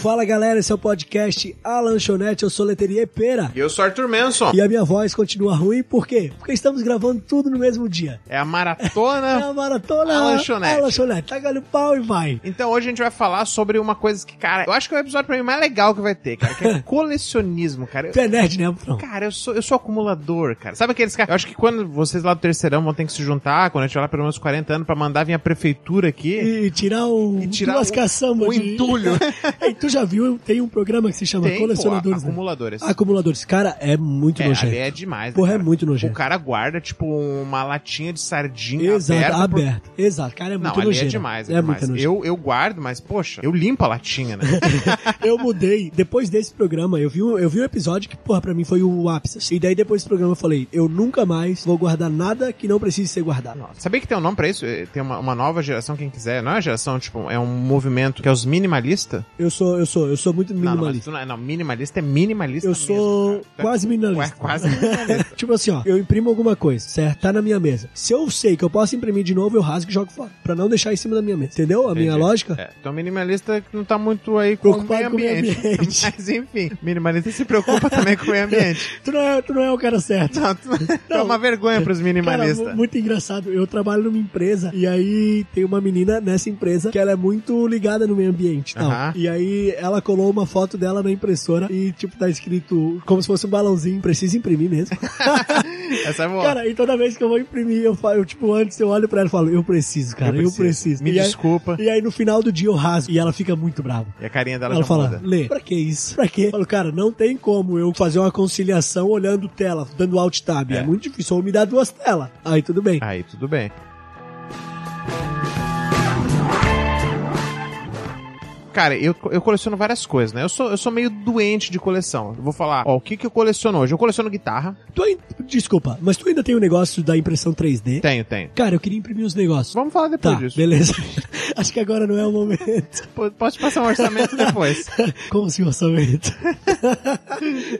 Fala galera, esse é o podcast A Lanchonete, eu sou Leterier Pera. E eu sou Arthur Manson. E a minha voz continua ruim, por quê? Porque estamos gravando tudo no mesmo dia. É a É maratona. a maratona, A lanchonete. A lanchonete, taca o pau e vai. Então hoje a gente vai falar sobre uma coisa que, cara, eu acho que é o episódio pra mim mais legal que vai ter, cara, que é colecionismo, cara. Eu- Tu é nerd, né, Bruno? Cara, eu sou, eu sou acumulador, cara. Sabe aqueles caras? Eu acho que quando vocês lá do terceirão vão ter que se juntar, quando a gente vai lá pelo menos 40 anos, pra mandar vir a prefeitura aqui. E tirar o... E tirar duas o- caçambas o de- entulho. Ei, tu já viu? Tem um programa que se chama tem, Colecionadores, pô, né? acumuladores. Acumuladores. Cara, é muito é, ali nojento. é demais. né, Porra, é cara? muito O nojento. cara guarda, tipo, uma latinha de sardinha Exato, aberta. é por- aberto. Exato, cara, é Não, muito ali nojento. é demais, é, é demais. muito nojento. Eu, eu guardo, mas, poxa, eu limpo a latinha, né? Eu mudei. Depois desse programa, eu vi, um- eu vi um episódio que, porra, pra mim foi o ápice. assim. E daí, depois desse programa, eu falei, eu nunca mais vou guardar nada que não precise ser guardado. Nossa. Sabia que tem um nome pra isso? Eh, Tem uma, uma nova geração, quem quiser. Não é uma geração, tipo, é um movimento que é os minimalista. Eu sou, eu sou, eu sou muito Não, não, mas minimalista. tu não, é- não, minimalista é minimalista eu mesmo, sou cara. Tu é- quase minimalista. Ué, quase minimalista. tipo assim, ó, eu imprimo alguma coisa, certo? Tá na minha mesa. Se eu sei que eu posso imprimir de novo, eu rasgo e jogo fora. Pra não deixar em cima da minha mesa. Entendeu a minha Entendi. lógica? É, então minimalista não tá muito aí com o meio Preocupado com o meio ambiente. ambiente. Mas enfim, minimalista se preocupa também com o meio ambiente. Tu, não é, tu não é o cara certo. Não, tu- é uma vergonha pros minimalistas. Cara, mu- muito engraçado. Eu trabalho numa empresa e aí tem uma menina nessa empresa que ela é muito ligada no meio ambiente. e tal. Aham. E aí ela colou uma foto dela na impressora e, tipo, tá escrito como se fosse um balãozinho. Precisa imprimir mesmo. Essa é boa. cara, e toda vez que eu vou imprimir, eu falo, eu, tipo, antes eu olho pra ela e falo, eu preciso, cara, eu preciso. Me e aí, desculpa. e aí no final do dia eu rasgo e ela fica muito brava. E a carinha dela Ela, já fala, muda. Lê, pra que isso? Pra quê? Eu falo, cara, não tem como eu fazer uma conciliação olhando tela, dando alt tab. É, É. muito difícil. Ou me dá duas telas. Aí tudo bem. Aí, tudo bem. Cara, eu, eu coleciono várias coisas, né? Eu sou, eu sou meio doente de coleção. Eu vou falar, ó, o que, que eu coleciono hoje? Eu coleciono guitarra. Tu ainda, desculpa, mas tu ainda tem o negócio da impressão 3D? Tenho, tenho. Cara, eu queria imprimir os negócios. Vamos falar depois Tá, disso. beleza. Acho que agora não é o momento. P- Posso passar um orçamento depois. Como assim o orçamento?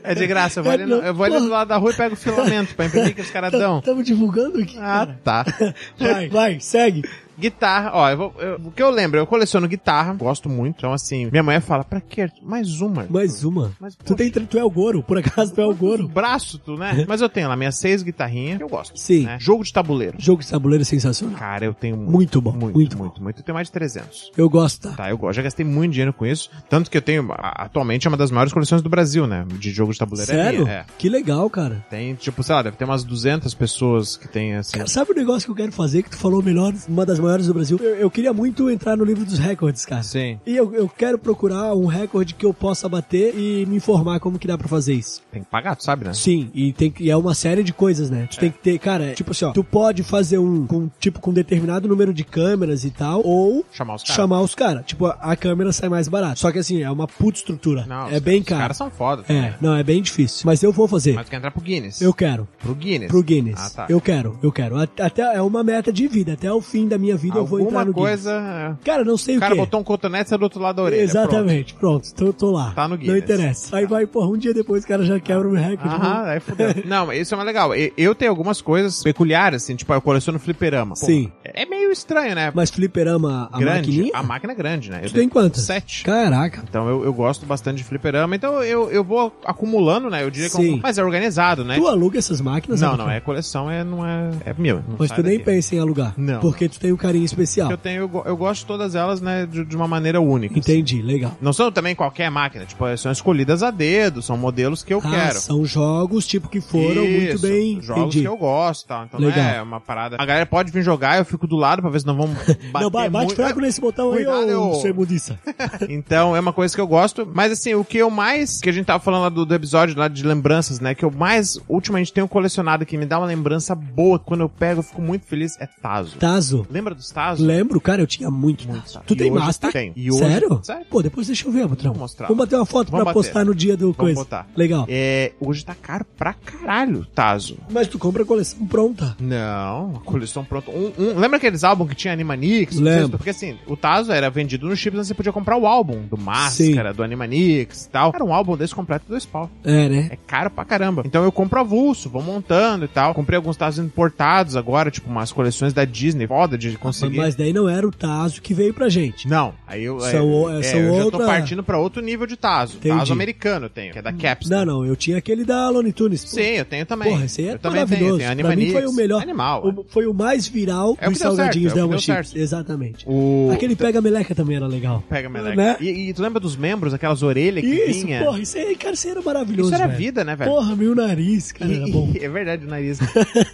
É de graça. Eu vou ali, no- eu vou ali do lado da rua e pego o filamento pra imprimir que os Tá. caras dão. Estamos divulgando aqui, Ah, cara. tá. Vai, vai, segue. Guitarra, ó, eu vou- eu- o que eu lembro, eu coleciono guitarra, gosto muito. Então, assim, minha mãe fala, pra que mais uma? Mais um. uma. Mas, poxa. tu, tem, tu é o Goro, por acaso tu é o Goro. braço, tu, né? Mas eu tenho lá minhas seis guitarrinhas, que eu gosto. Sim. né? Jogo de tabuleiro. Jogo de tabuleiro é sensacional. Cara, eu tenho Muito bom, Muito, muito, muito muito. Eu tenho mais de 300. Eu gosto, tá? Tá, eu gosto. Já gastei muito dinheiro com isso. Tanto que eu tenho, a- atualmente, é uma das maiores coleções do Brasil, né? De jogo de tabuleiro. É, Sério? minha, é. Que legal, cara. Tem, tipo, sei lá, deve ter umas 200 pessoas que tem, assim. Cara, sabe o negócio que eu quero fazer, que tu falou melhor, uma das maiores do Brasil? Eu, eu queria muito entrar no livro dos recordes, cara. Sim, E eu, eu quero procurar um recorde que eu possa bater e me informar como que dá pra fazer isso. tem que pagar, tu sabe, né? Sim, e tem que, e é uma série de coisas, né? Tu tem que ter, cara, é, tipo assim, ó, tu pode fazer um com tipo com determinado número de câmeras e tal, ou Chamar os caras. chamar os caras. Tipo, a, a câmera sai mais barata. Só que assim, é uma puta estrutura. Não, é os- bem os caro. caras são foda. É, também. não, é bem difícil. Mas eu vou fazer. Mas tu quer entrar pro Guinness. Eu quero. Pro Guinness. Pro Guinness. Ah, tá. Eu quero, eu quero. A- Até é uma meta de vida. Até o fim da minha vida eu vou entrar Alguma no Guinness. coisa... é, Cara, não sei O cara o quê. botou um cotonete e saiu do outro lado da orelha. Exatamente, pronto, tô, tô lá. Tá no Não Guinness. interessa. Aí vai, porra, um dia depois o cara já quebra o recorde. né? Aham, aí fudeu. Não, isso é mais legal. E- Eu tenho algumas coisas peculiares, assim, tipo, eu coleciono fliperama. Pô, Sim. É meio estranho, né? Mas fliperama, a grande. maquininha? A máquina é grande, né? Eu Tu tem quantas? Sete. Caraca. Então eu, eu gosto bastante de fliperama. Então eu, eu vou acumulando, né? Eu diria que eu Sim. acumulo, Mas é organizado, né? Tu aluga essas máquinas? Não, Rafa? não, é coleção, é, não é. É meu. não Mas sai tu nem daqui. pensa em alugar. Não. Porque tu tem um carinho especial. Eu tenho, eu, go- eu gosto de todas elas, né, de, de uma maneira única. assim. Entendi, legal. Não são também qualquer máquina, tipo, são escolhidas a dedo, são modelos que eu ah, quero. são jogos tipo que foram muito Isso, bem. Jogos Entendi. que eu gosto, tá? Então Legal. não é uma parada. A galera pode vir jogar, eu fico do lado pra ver se não vão bater Não, ba- bate muito. fraco né? nesse botão aí, Cuidado, ô eu- seu imundiça. Então é uma coisa que eu gosto. Mas assim, o que eu mais. Que a gente tava falando lá do, do episódio lá de lembranças, né? Que eu mais ultimamente tenho colecionado que me dá uma lembrança boa. Quando eu pego, eu fico muito feliz. É Tazo. Tazo. Lembra dos Tazo? Lembro, cara, eu tinha muito. Tazo. Tazo. Tu E tem hoje master? tem. E hoje- Sério? Sério. Pô, depois deixa eu ver, Butrão. Vou mostrar. Vamos bater uma foto Vamos pra bater. postar no dia do coisa. botar. Legal. É, hoje tá caro pra caralho, Tazo. Mas tu compra a coleção pronta. Não, a coleção pronta. Um, um- lembra aqueles álbum que tinha Animanix, não sei Lembro. se- porque assim, o Tazo era vendido no Chips, mas você podia comprar o álbum do Máscara, do Animanix e tal. Era um álbum desse completo dois pau. É, né? É caro pra caramba. Então eu compro avulso, vou montando e tal. Comprei alguns Tazos importados agora, tipo umas coleções da Disney, foda de conseguir. Mas daí não era o Tazo que veio pra gente. Não, aí eu, São o- é, são eu já tô outra- partindo pra outro nível de Tazo. Entendi. Hum, Tazo americano eu tenho, que é da Caps. Não, não, eu tinha aquele da Lone Tunes. pô. Sim, eu tenho também. Porra, esse aí é eu também maravilhoso. tenho, tenho pra mim Animaniacs. foi o melhor. Animal. o- foi o mais viral É o dos que deu salgadinhos certo, é o da que Elma deu Chips. certo. Exatamente. O- Aquele Pega Meleca também era legal. Pega Meleca. Né? E, e tu lembra dos membros, aquelas orelhas que Isso, vinha? porra, isso aí, cara, isso aí era maravilhoso. Isso era velho. vida, né, velho? Porra, meu nariz, cara, era bom. E- e- é verdade, o nariz.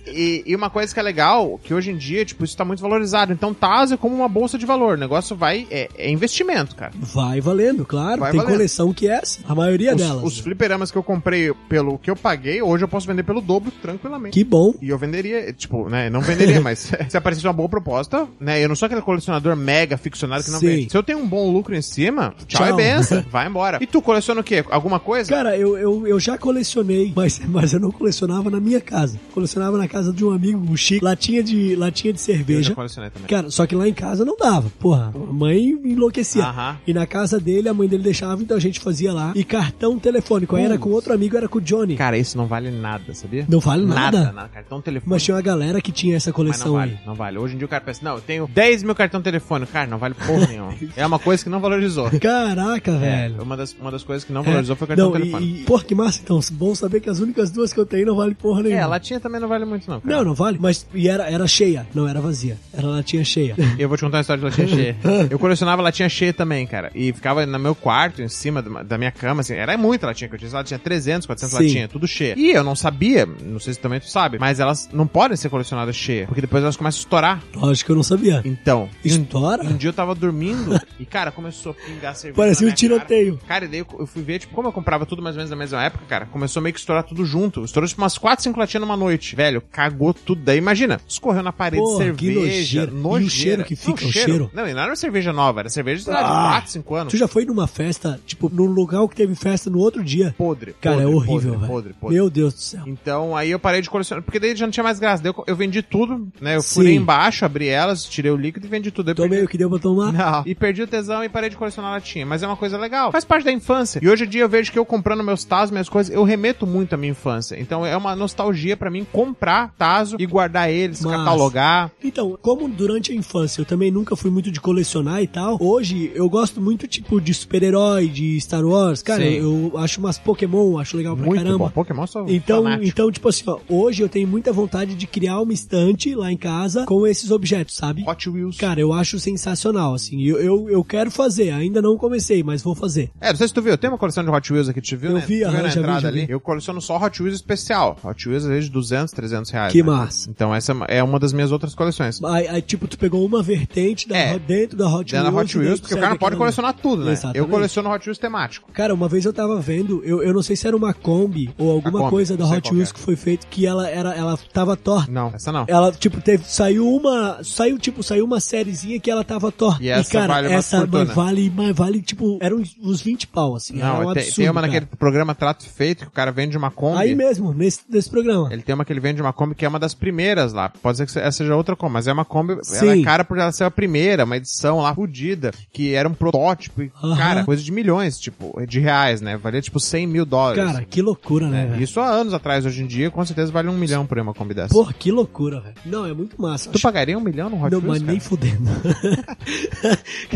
e, e uma coisa que é legal, que hoje em dia, tipo, isso tá muito valorizado. Então, Tazo é como uma bolsa de valor. O negócio vai. É, é investimento, cara. Vai valendo, claro. Vai Tem valendo. coleção que é essa. A maioria Os, delas. os né? fliperamas que eu comprei pelo que eu paguei, hoje eu posso vender pelo dobro tranquilamente. Que bom. E eu venderia, tipo, né? Não venderia, mas se aparecesse uma boa proposta, né? Eu não sou aquele colecionador mega ficcionado que não Sim. vende. Se eu tenho um bom lucro em cima, tchau, Tchau. e benção. Vai embora. E tu coleciona o quê? Alguma coisa? Cara, eu, eu, eu já colecionei, mas, mas eu não colecionava na minha casa. Colecionava na casa de um amigo, o Chico, latinha de, latinha de eu já cerveja. colecionei também. Cara, só que lá em casa não dava. Porra, a mãe enlouquecia. Aham. E na casa dele, a mãe dele deixava, então a gente fazia lá. E cartão telefônico. Aí era com outro amigo, era com o Johnny. Cara, isso não vale nada, sabia? Não vale nada. Nada, nada. Cartão telefônico. Mas tinha uma galera que tinha essa Mas não coleção vale, aí. não vale. Hoje em dia o cara pensa, não, eu tenho 10 mil cartão telefônico. Cara, não vale porra nenhuma. é uma coisa que não valorizou. Caraca, É, velho. uma das, uma das coisas que não É. valorizou foi o cartão Não, e- telefônico. E, porra, que massa, então. Bom saber que as únicas duas que eu tenho não vale porra nenhuma. É, a latinha também não vale muito, não. Cara. É. Não, não vale. Mas e era, era cheia. Não era vazia. Era latinha cheia. Eu vou te contar uma história de latinha cheia. Eu colecionava latinha cheia também, cara. E ficava no meu quarto, em cima do- da minha cama, assim. Era muita latinha que eu tinha. Ela tinha 300, 400 Sim. latinhas, tudo cheia. E eu não sabia, não sei se também tu sabe, mas elas não podem ser colecionadas cheias, porque depois elas começam a estourar. Lógico que eu não sabia. Então, e um, Estoura? um dia eu tava dormindo e, cara, começou a pingar cerveja. Parecia um na minha cara. tiroteio. Cara, e daí eu, eu fui ver, tipo, como eu comprava tudo mais ou menos na mesma época, cara, começou meio que estourar tudo junto. Estourou tipo umas 4, 5 latinhas numa noite. Velho, cagou tudo. Daí imagina, escorreu na parede Porra, que cerveja, nojeira. E o cheiro que fica, Não, o cheiro. Não, e não era uma cerveja nova, era cerveja sei lá, de Ah. 4, 5 anos. Tu já foi numa festa, tipo, num lugar que teve festa no outro dia? Podre. Cara, podre, é horrível, podre, velho. podre, podre. Meu Deus do céu. Então, aí eu parei de colecionar, porque daí já não tinha mais graça. Daí eu, eu vendi tudo, né? Eu Sim. furei embaixo, abri elas, tirei o líquido e vendi tudo. Daí eu Tomei perdi- o que deu pra tomar. Não. E perdi o tesão e parei de colecionar latinha. Mas é uma coisa legal. Faz parte da infância. E hoje em dia eu vejo que eu comprando meus tazos, minhas coisas, eu remeto muito à minha infância. Então é uma nostalgia pra mim comprar taso e guardar eles, Massa. catalogar. Então, como durante a infância eu também nunca fui muito de colecionar e tal, hoje eu gosto muito, tipo, de super-herói, de Star Wars. Cara, Sim. eu, eu acho umas Pokémon, acho legal pra muito caramba. bom. Pokémon eu sou Então, fanático. então, tipo assim, ó, hoje eu tenho muita vontade de criar uma estante lá em casa com esses objetos, sabe? Hot Wheels. então, Cara, eu acho sensacional, assim. Eu, eu, eu quero fazer, ainda não comecei, mas vou fazer. É, não sei se tu viu, tem uma coleção de Hot Wheels aqui, tu viu, Eu né? vi, tu viu aham, na já vi, entrada já ali? vi. Eu coleciono só Hot Wheels especial. Hot Wheels às vezes de 200, 300 reais. Que né? massa. Então essa é uma- é uma das minhas outras coleções. Aí, aí, tipo, tu pegou uma vertente da, É. dentro da Hot Já na Wheels. Hot e daí Wheels, tu porque o segue cara não pode aquela- colecionar tudo, né? Eu Exatamente. coleciono Hot Wheels temático. Cara, uma vez eu tava vendo, eu, eu não sei se era uma Kombi ou alguma Kombi, coisa da não sei Hot qual Wheels que é. que foi feito que ela era ela tava torta. Não, essa não. Ela, tipo, teve, saiu uma. Saiu, tipo, saiu uma sériezinha que ela tava torta. E essa cara, vale uma essa mas fortuna. vale, mas vale, tipo, eram uns- uns 20 pau, assim. Não, era um tem, absurdo, tem uma cara. naquele programa Trato Feito que o cara vende uma Kombi. Aí mesmo, nesse, nesse programa. Ele tem uma que ele vende uma Kombi que é uma das primeiras lá. Pode ser que essa seja outra Kombi, mas é uma Kombi. Ela é Sim. cara por ela ser a primeira, uma edição lá fodida, que era um protótipo. E, Aham. Cara, coisa de milhões, tipo, de reais, né? Valia tipo 100 mil dólares. Cara, que loucura, né? É, velho? Isso há anos atrás, hoje em dia, com certeza vale um milhão por uma Kombi dessa. Porra, que loucura, velho. Não, é muito massa. tu Acho- pagaria um milhão no Hot Não, Wheels, mas cara? nem fudendo.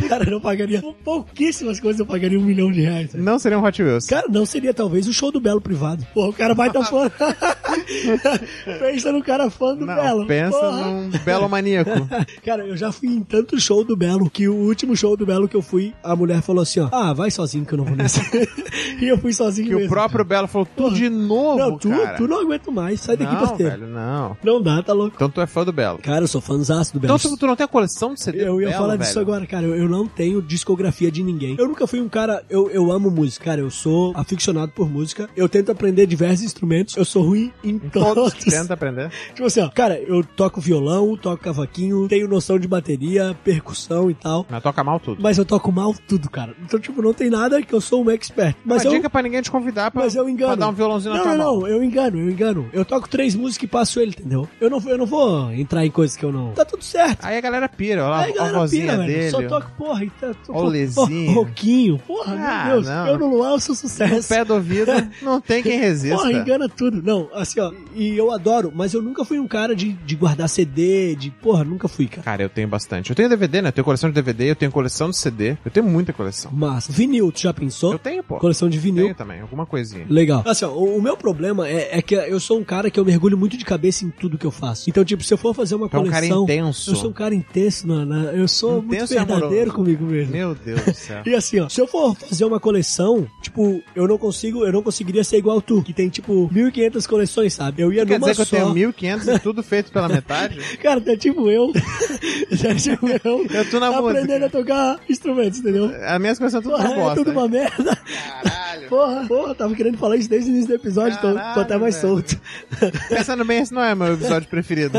cara, eu não pagaria. Pouquíssimas coisas eu pagaria um milhão de reais. velho. Não seria um Hot Wheels. Cara, não seria talvez o show do Belo privado. Porra, o cara vai estar tá fã. pensa no cara fã do não, Belo. pensa Porra. num belo maníaco. Cara, eu já fui em tanto show do Belo que o último show do Belo que eu fui, a mulher falou assim: ó, ah, vai sozinho que eu não vou nesse. e eu fui sozinho que o mesmo. próprio Belo falou, tu de novo, Não, tu, cara. tu não aguento mais, sai daqui, não, parceiro. velho, não. Não dá, tá louco. Então tu é fã do Belo. Cara, eu sou fãzaço do Belo. Então tu, tu não tem a coleção de CD? Eu ia Belo, falar velho? disso agora, cara. Eu, eu não tenho discografia de ninguém. Eu nunca fui um cara. Eu, eu amo música, cara. Eu sou aficionado por música. Eu tento aprender diversos instrumentos. Eu sou ruim em, Todos todos. tenta aprender. Tipo assim, ó, cara, eu toco violão, toco cavaquinho, tenho noção de bateria, percussão e tal. Mas toca mal tudo. Mas eu toco mal tudo, cara. Então, tipo, não tem nada que eu sou um expert. Mas Uma eu. dica pra ninguém te convidar pra, Mas eu engano. pra dar um violãozinho na não, tua não, mão. não, eu engano, eu engano. Eu toco três músicas e passo ele, entendeu? Eu não, eu não vou entrar em coisas que eu não. Tá tudo certo. Aí a galera pira, olha lá, Aí, olha a galera, vozinha pira, dele. velho. Só toco, porra, e tá, tô, Ó o Lezinho. Roquinho. Porra, Ah, meu Deus. não. Eu no Luau sou No sucesso. pé do ouvido, não tem quem resista. Porra, engana tudo. Não, assim, ó. E eu adoro, mas eu nunca fui um cara de, de guardar CD, de. Porra, nunca fui, cara. Cara, eu tenho bastante. Eu tenho DVD, né? Eu tenho coleção de DVD, eu tenho coleção de CD, eu tenho muita coleção. Massa. Vinil, tu já pensou? Eu tenho, pô. Coleção de vinil. Tenho também, alguma coisinha. Legal. Assim, ó, o, o meu problema é, é que eu sou um cara que eu mergulho muito de cabeça em tudo que eu faço. Então, tipo, se eu for fazer uma Tu é um cara coleção. intenso. Eu sou um cara intenso, mano. Eu sou Intenso e muito verdadeiro amoroso. comigo mesmo. Meu Deus do céu. E assim, ó, se eu for fazer uma coleção, tipo, eu não consigo, eu não conseguiria ser igual tu, que tem tipo 1500 coleções, sabe? Eu ia Quer numa dizer que eu só. tenho 1500 e tudo feito pela metade? Cara, tá tipo eu. Já tipo eu. Eu tô na aprendendo música. a tocar instrumentos, entendeu? As minhas coleções são tudo Porra, uma bosta. é tudo uma merda. Caralho. Porra, porra, tava querendo falar isso desde o início do episódio, tô, tô até Caralho, mais velho. solto. Pensando bem, esse não é meu episódio preferido.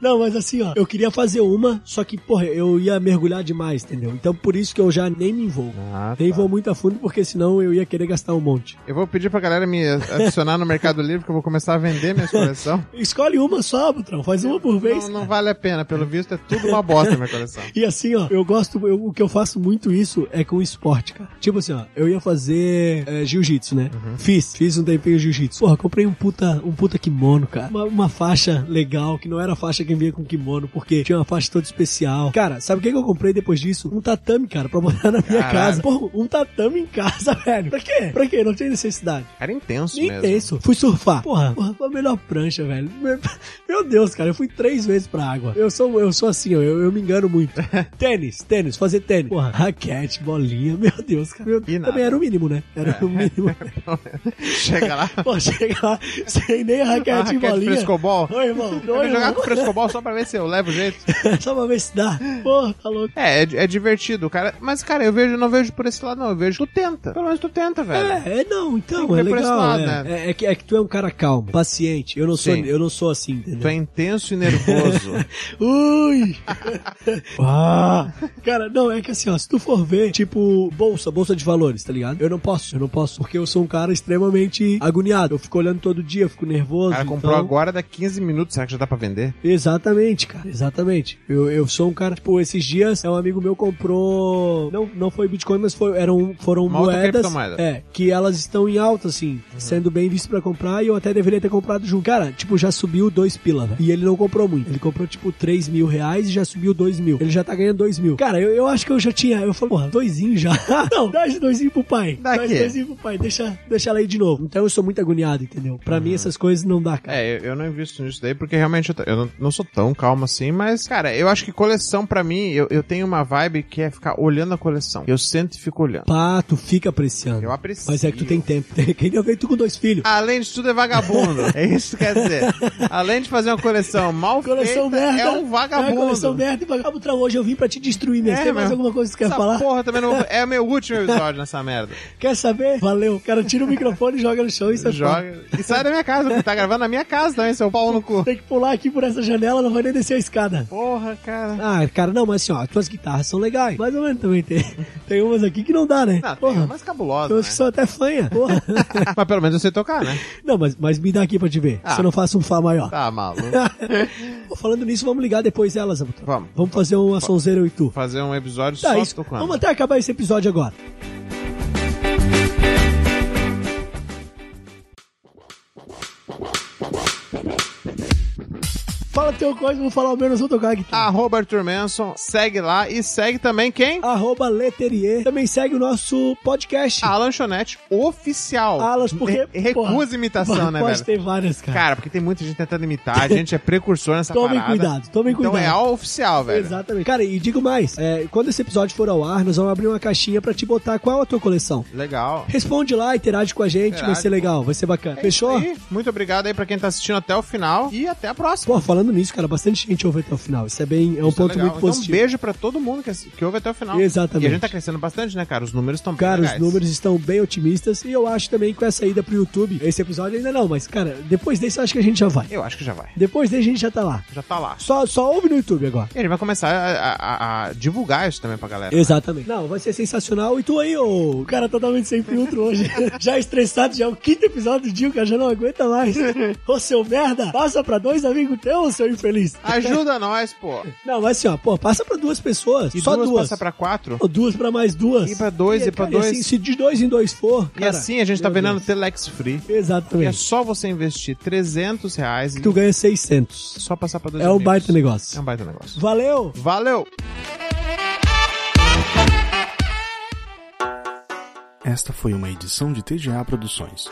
Não, mas assim, ó, eu queria fazer uma, só que, porra, eu ia mergulhar demais, entendeu? Então por isso que eu já nem me envolvo. Ah, Nem tá. vou muito a fundo, porque senão eu ia querer gastar um monte. Eu vou pedir pra galera me adicionar no Mercado Livre, que eu vou começar a vender minhas coleções. Escolhe uma só, Butrão, faz uma por vez. Não, não vale a pena, pelo visto é tudo uma bosta minha coleção. E assim, ó, eu gosto, eu- o que eu faço muito isso é com esporte, cara. Tipo assim, ó, eu ia fazer é, jiu-jitsu, né? Fiz, fiz um tempinho jiu-jitsu. Porra, comprei um puta, um puta kimono, cara. Uma, uma faixa legal, que não era a faixa que vinha com kimono, porque tinha uma faixa toda especial. Cara, sabe o que, que eu comprei depois disso? Um tatame, cara, pra botar na minha Caralho. casa. Porra, um tatame em casa, velho. Pra quê? Pra quê? Não tinha necessidade. Cara, é intenso Nem mesmo. tenso. é Fui surfar. Porra, porra, foi a melhor prancha, velho. Meu- Meu Deus, cara, eu fui três vezes pra água. Eu sou, eu sou assim, ó, eu, eu me engano muito. tênis, tênis, fazer tênis. Porra, raquete, bolinha, meu Deus, cara. Meu- E nada. É. também era o mínimo, né? Era o mínimo. Chega lá. Pô, chega lá, sem nem Uma raquete e raquete de bolinha. Ah, frescobol. Ô, irmão, Eu ô, vou jogar irmão. com frescobol só pra ver se eu levo jeito. Só pra ver se dá. Porra, tá louco. É, é, é divertido, cara. Mas, cara, eu vejo, não vejo por esse lado, não. Eu vejo tu tenta. Pelo menos tu tenta, velho. É, é, não, Tem que então, ver é por esse legal. lado, é. né? É- é que, é que tu é um cara calmo, paciente. Eu não sou, Sim. eu não sou assim, entendeu? Tu é intenso e nervoso. Ui! Ah! Cara, não, é que assim, ó, se tu for ver, tipo, bolsa, bolsa de valores, tá ligado? Eu não posso, eu não posso, porque eu sou um cara extremamente agoniado. Eu fico olhando todo dia, eu fico nervoso. O cara comprou então- agora, dá 15 minutos. Será que já dá pra vender? Exatamente, cara, exatamente. Eu, eu sou um cara, tipo, esses dias, é um amigo meu comprou. Não, não foi Bitcoin, mas foi, eram, foram Uma outra moedas. criptomoeda. Uhum. É, que elas estão em alta, assim, sendo bem visto pra comprar e eu até deveria ter comprado junto. Cara, tipo, já subiu dois pila, velho. E ele não comprou muito. Ele comprou, tipo, 3 mil reais e já subiu dois mil. Ele já tá ganhando dois mil. Cara, eu, eu acho que eu já tinha. Eu falei, porra, doisinho já. não, dá esse doisinho pro pai. Dá esse aqui. doisinho pro pai. Deixa, deixa ela aí de novo. Então eu sou muito agoniado, entendeu? Uhum. Pra mim essas coisas não dá, cara. É, eu, eu não invisto nisso daí, porque realmente eu, t- eu não, não sou tão calmo assim, mas, cara, eu acho que coleção, pra mim, eu, eu tenho uma vibe que é ficar olhando a coleção. Eu sento e fico olhando. Pato fica apreciando. Eu aprecio. Mas é que tu tem tempo. Quem não veio tu com dois filhos? Além de tudo, é vagabundo. é isso que quer dizer. Além de fazer uma coleção mal Coleção feita, merda. é um vagabundo. É, coleção merda e vagabundo. Trau, Hoje eu vim pra te destruir mesmo. É, Tem mais meu. alguma coisa que tu quer Essa falar? porra também não... É o meu último episódio nessa merda. Quer saber? Valeu. Cara, tira o microfone, joga no chão e sai fora. Joga. E sai da minha casa, porque tá gravando na minha casa também, seu pau no cu. Tem que pular aqui por essa janela, não vai nem descer a escada. Porra, cara. Ah, cara, não, mas assim, ó, tuas guitarras são legais. Mais ou menos também tem. Tem umas aqui que não dá, né? Não, tem Porra. umas cabulosas, Tem né? umas que são até fanha. Porra. Mas pelo menos eu sei tocar, né? não, mas, mas me dá aqui pra te ver. Ah. Se eu não faço um Fá maior. Tá maluco. Pô, Falando nisso, vamos ligar depois elas, Abutrão. Vamos. Vamos fazer uma sonzeira eu e tu. Fazer um episódio Tá, só isso. tocando. Vamos até acabar esse episódio agora. Fala teu coisa, vou falar o menos, vou tocar a guitarra. Arroba Arthur Manson, segue lá e segue também quem? Arroba Leterier. Também segue o nosso podcast. A lanchonete oficial. Alas, porque. Ah. Re- Recusa porra, imitação, né, Pode velho? ter várias, cara. Cara, porque tem muita gente tentando imitar, a gente é precursor nessa Tomem parada. cuidado, tomem Então é cuidado. a oficial, velho. Exatamente. Cara, e digo mais: é, quando esse episódio for ao ar, nós vamos abrir uma caixinha pra te botar qual a tua coleção. Legal. Responde lá, interage com a gente, vai Interage, ser legal, vai ser bacana. Fechou? É isso aí. Muito obrigado aí pra quem tá assistindo até o final e até a próxima. Pô, falando nisso, cara, bastante gente ouve até o final. Isso é bem, é um Isso é ponto legal. muito positivo. Então, um beijo pra todo mundo que, assi- que ouve até o final. Exatamente. E a gente tá crescendo bastante, né, cara? Os números estão Cara, os números estão bem otimistas e eu acho também que com essa ida pro YouTube, esse episódio ainda não, mas cara, depois desse eu acho que a gente já vai. Eu acho que já vai. Depois desse a gente já tá lá. Já tá lá. Só, só ouve no YouTube agora. E a gente vai começar a, a- a- a divulgar isso também pra galera. Exatamente. Não, vai ser sensacional. E tu aí, ô, o cara totalmente sem filtro hoje. já estressado, já é o quinto episódio do dia, o cara já não aguenta mais. ô, seu merda, passa pra dois amigos teus, seu tão infeliz. Ajuda nós, pô. Não, mas assim, ó, pô, passa pra duas pessoas. E só duas, duas. passa pra quatro. Ou duas pra mais duas. E pra dois, e pra cara, dois. assim, se de dois em dois for. e assim a gente tá meu vendendo Telex Free. Deus. E é Exatamente. só você investir 300 reais e Tu ganha 600. só passar pra dois É um amigos. baita negócio. É um baita negócio. Valeu! Valeu! Esta foi uma edição de TGA Produções.